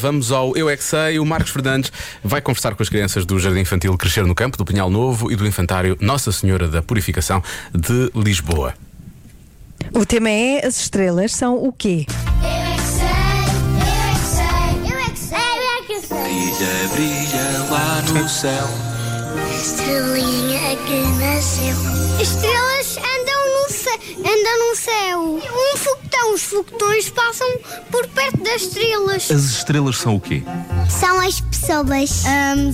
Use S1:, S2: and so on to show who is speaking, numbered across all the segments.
S1: Vamos ao Eu É Que Sei. O Marcos Fernandes vai conversar com as crianças do Jardim Infantil Crescer no Campo, do Pinhal Novo e do Infantário Nossa Senhora da Purificação de Lisboa.
S2: O tema é as estrelas são o quê?
S3: Eu é que sei, eu é que sei, eu é que sei, eu é que sei.
S4: Brilha, brilha lá no céu.
S3: Estrelinha que nasceu. Estrelas andam no, ce- andam no céu. Um foguetão, os foguetões passam por perto das estrelas.
S4: As estrelas são o quê?
S3: São as pessoas.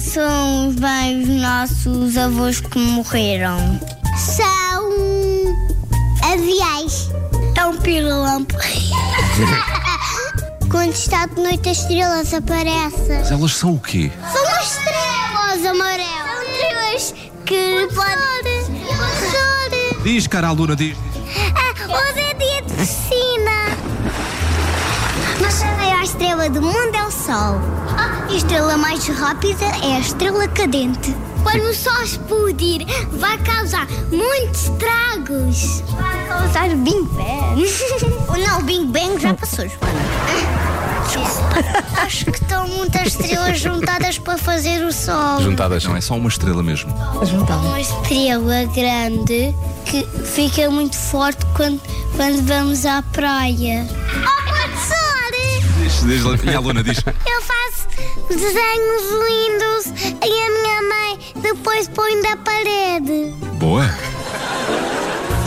S3: são bem os nossos avós que morreram. São aviais. É um pirilampo. Quando está de noite as estrelas aparecem.
S4: Mas elas são o quê?
S3: São as estrelas amarelas. São estrelas que podem...
S4: Diz, cara aluna, diz.
S3: Hoje é dia de piscina. Mas a maior estrela do mundo é o Sol. Ah, A estrela mais rápida é a estrela cadente. Quando o Sol explodir, vai causar muitos estragos. Vai causar Big Bang. Não, o Big Bang já passou, Joana. Ah, Acho que estão muitas estrelas juntadas para fazer o Sol.
S1: Juntadas.
S4: Não, é só uma estrela mesmo.
S3: É Uma estrela grande que fica muito forte quando, quando vamos à praia. Oh, professor!
S4: Diz, diz lá, minha aluna, diz.
S3: Eu faço desenhos lindos e a minha mãe depois põe na parede.
S4: Boa.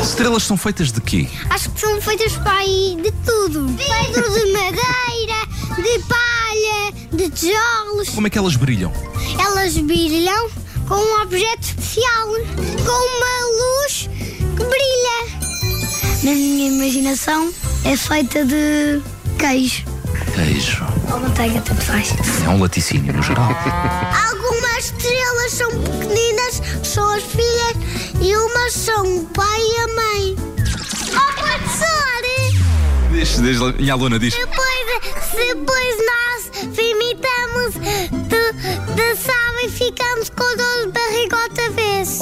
S4: As estrelas são feitas de quê?
S3: Acho que são feitas para aí de tudo. Pedro de madeira, de palha, de tijolos.
S4: Como é que elas brilham?
S3: Elas brilham com um objeto especial, com uma luz que brilha. Na minha imaginação é feita de queijo.
S4: Queijo.
S3: Ou manteiga, tanto faz.
S4: É um laticínio no geral.
S3: Algumas estrelas são pequeninas, são as filhas, e umas são o pai e a mãe. Oh, professor!
S4: Diz, diz lá, minha aluna, diz.
S3: Depois, depois nós vomitamos de, de sal e ficamos com dor de barriga outra vez.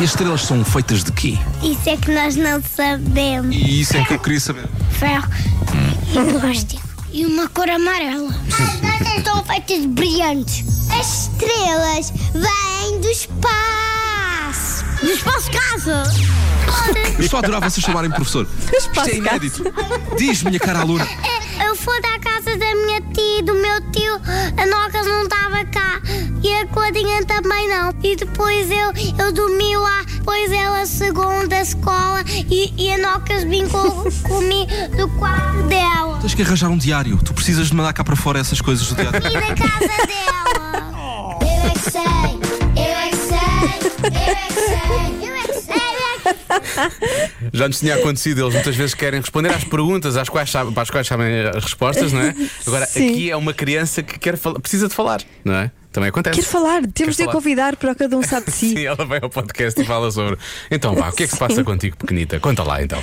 S4: E as estrelas são feitas de quê?
S3: Isso é que nós não sabemos.
S4: E isso é que eu queria saber.
S3: Ferro e plástico. E uma cor amarela. As datas estão feitas de brilhantes. As estrelas vêm do espaço. Do espaço casa.
S4: Eu estou a adorar vocês chamarem professor. Isto é inédito. Diz, minha cara aluna.
S3: É, Eu fui da casa da minha tia e do meu tio. A Nocas não estava cá. E a Codinha também não. E depois eu, eu dormi lá. Depois ela chegou da escola e, e a Nocas brincou comigo do quarto dela.
S4: Tens que arranjar um diário. Tu precisas de mandar cá para fora essas coisas do diário.
S3: e da casa dela. Eu é que sei, eu é que sei, eu é que sei, eu é que sei, eu é que
S1: Já nos tinha acontecido, eles muitas vezes querem responder às perguntas às quais sabem, para as quais sabem as respostas, não é? Agora,
S2: Sim.
S1: aqui é uma criança que quer falar- precisa de falar, não é? Também acontece.
S2: Quer falar? Temos de a
S1: falar?
S2: convidar para o cada um sabe de si.
S1: Sim, ela vem ao podcast e fala sobre. Então, vá, o que é que se passa contigo, pequenita? Conta lá então.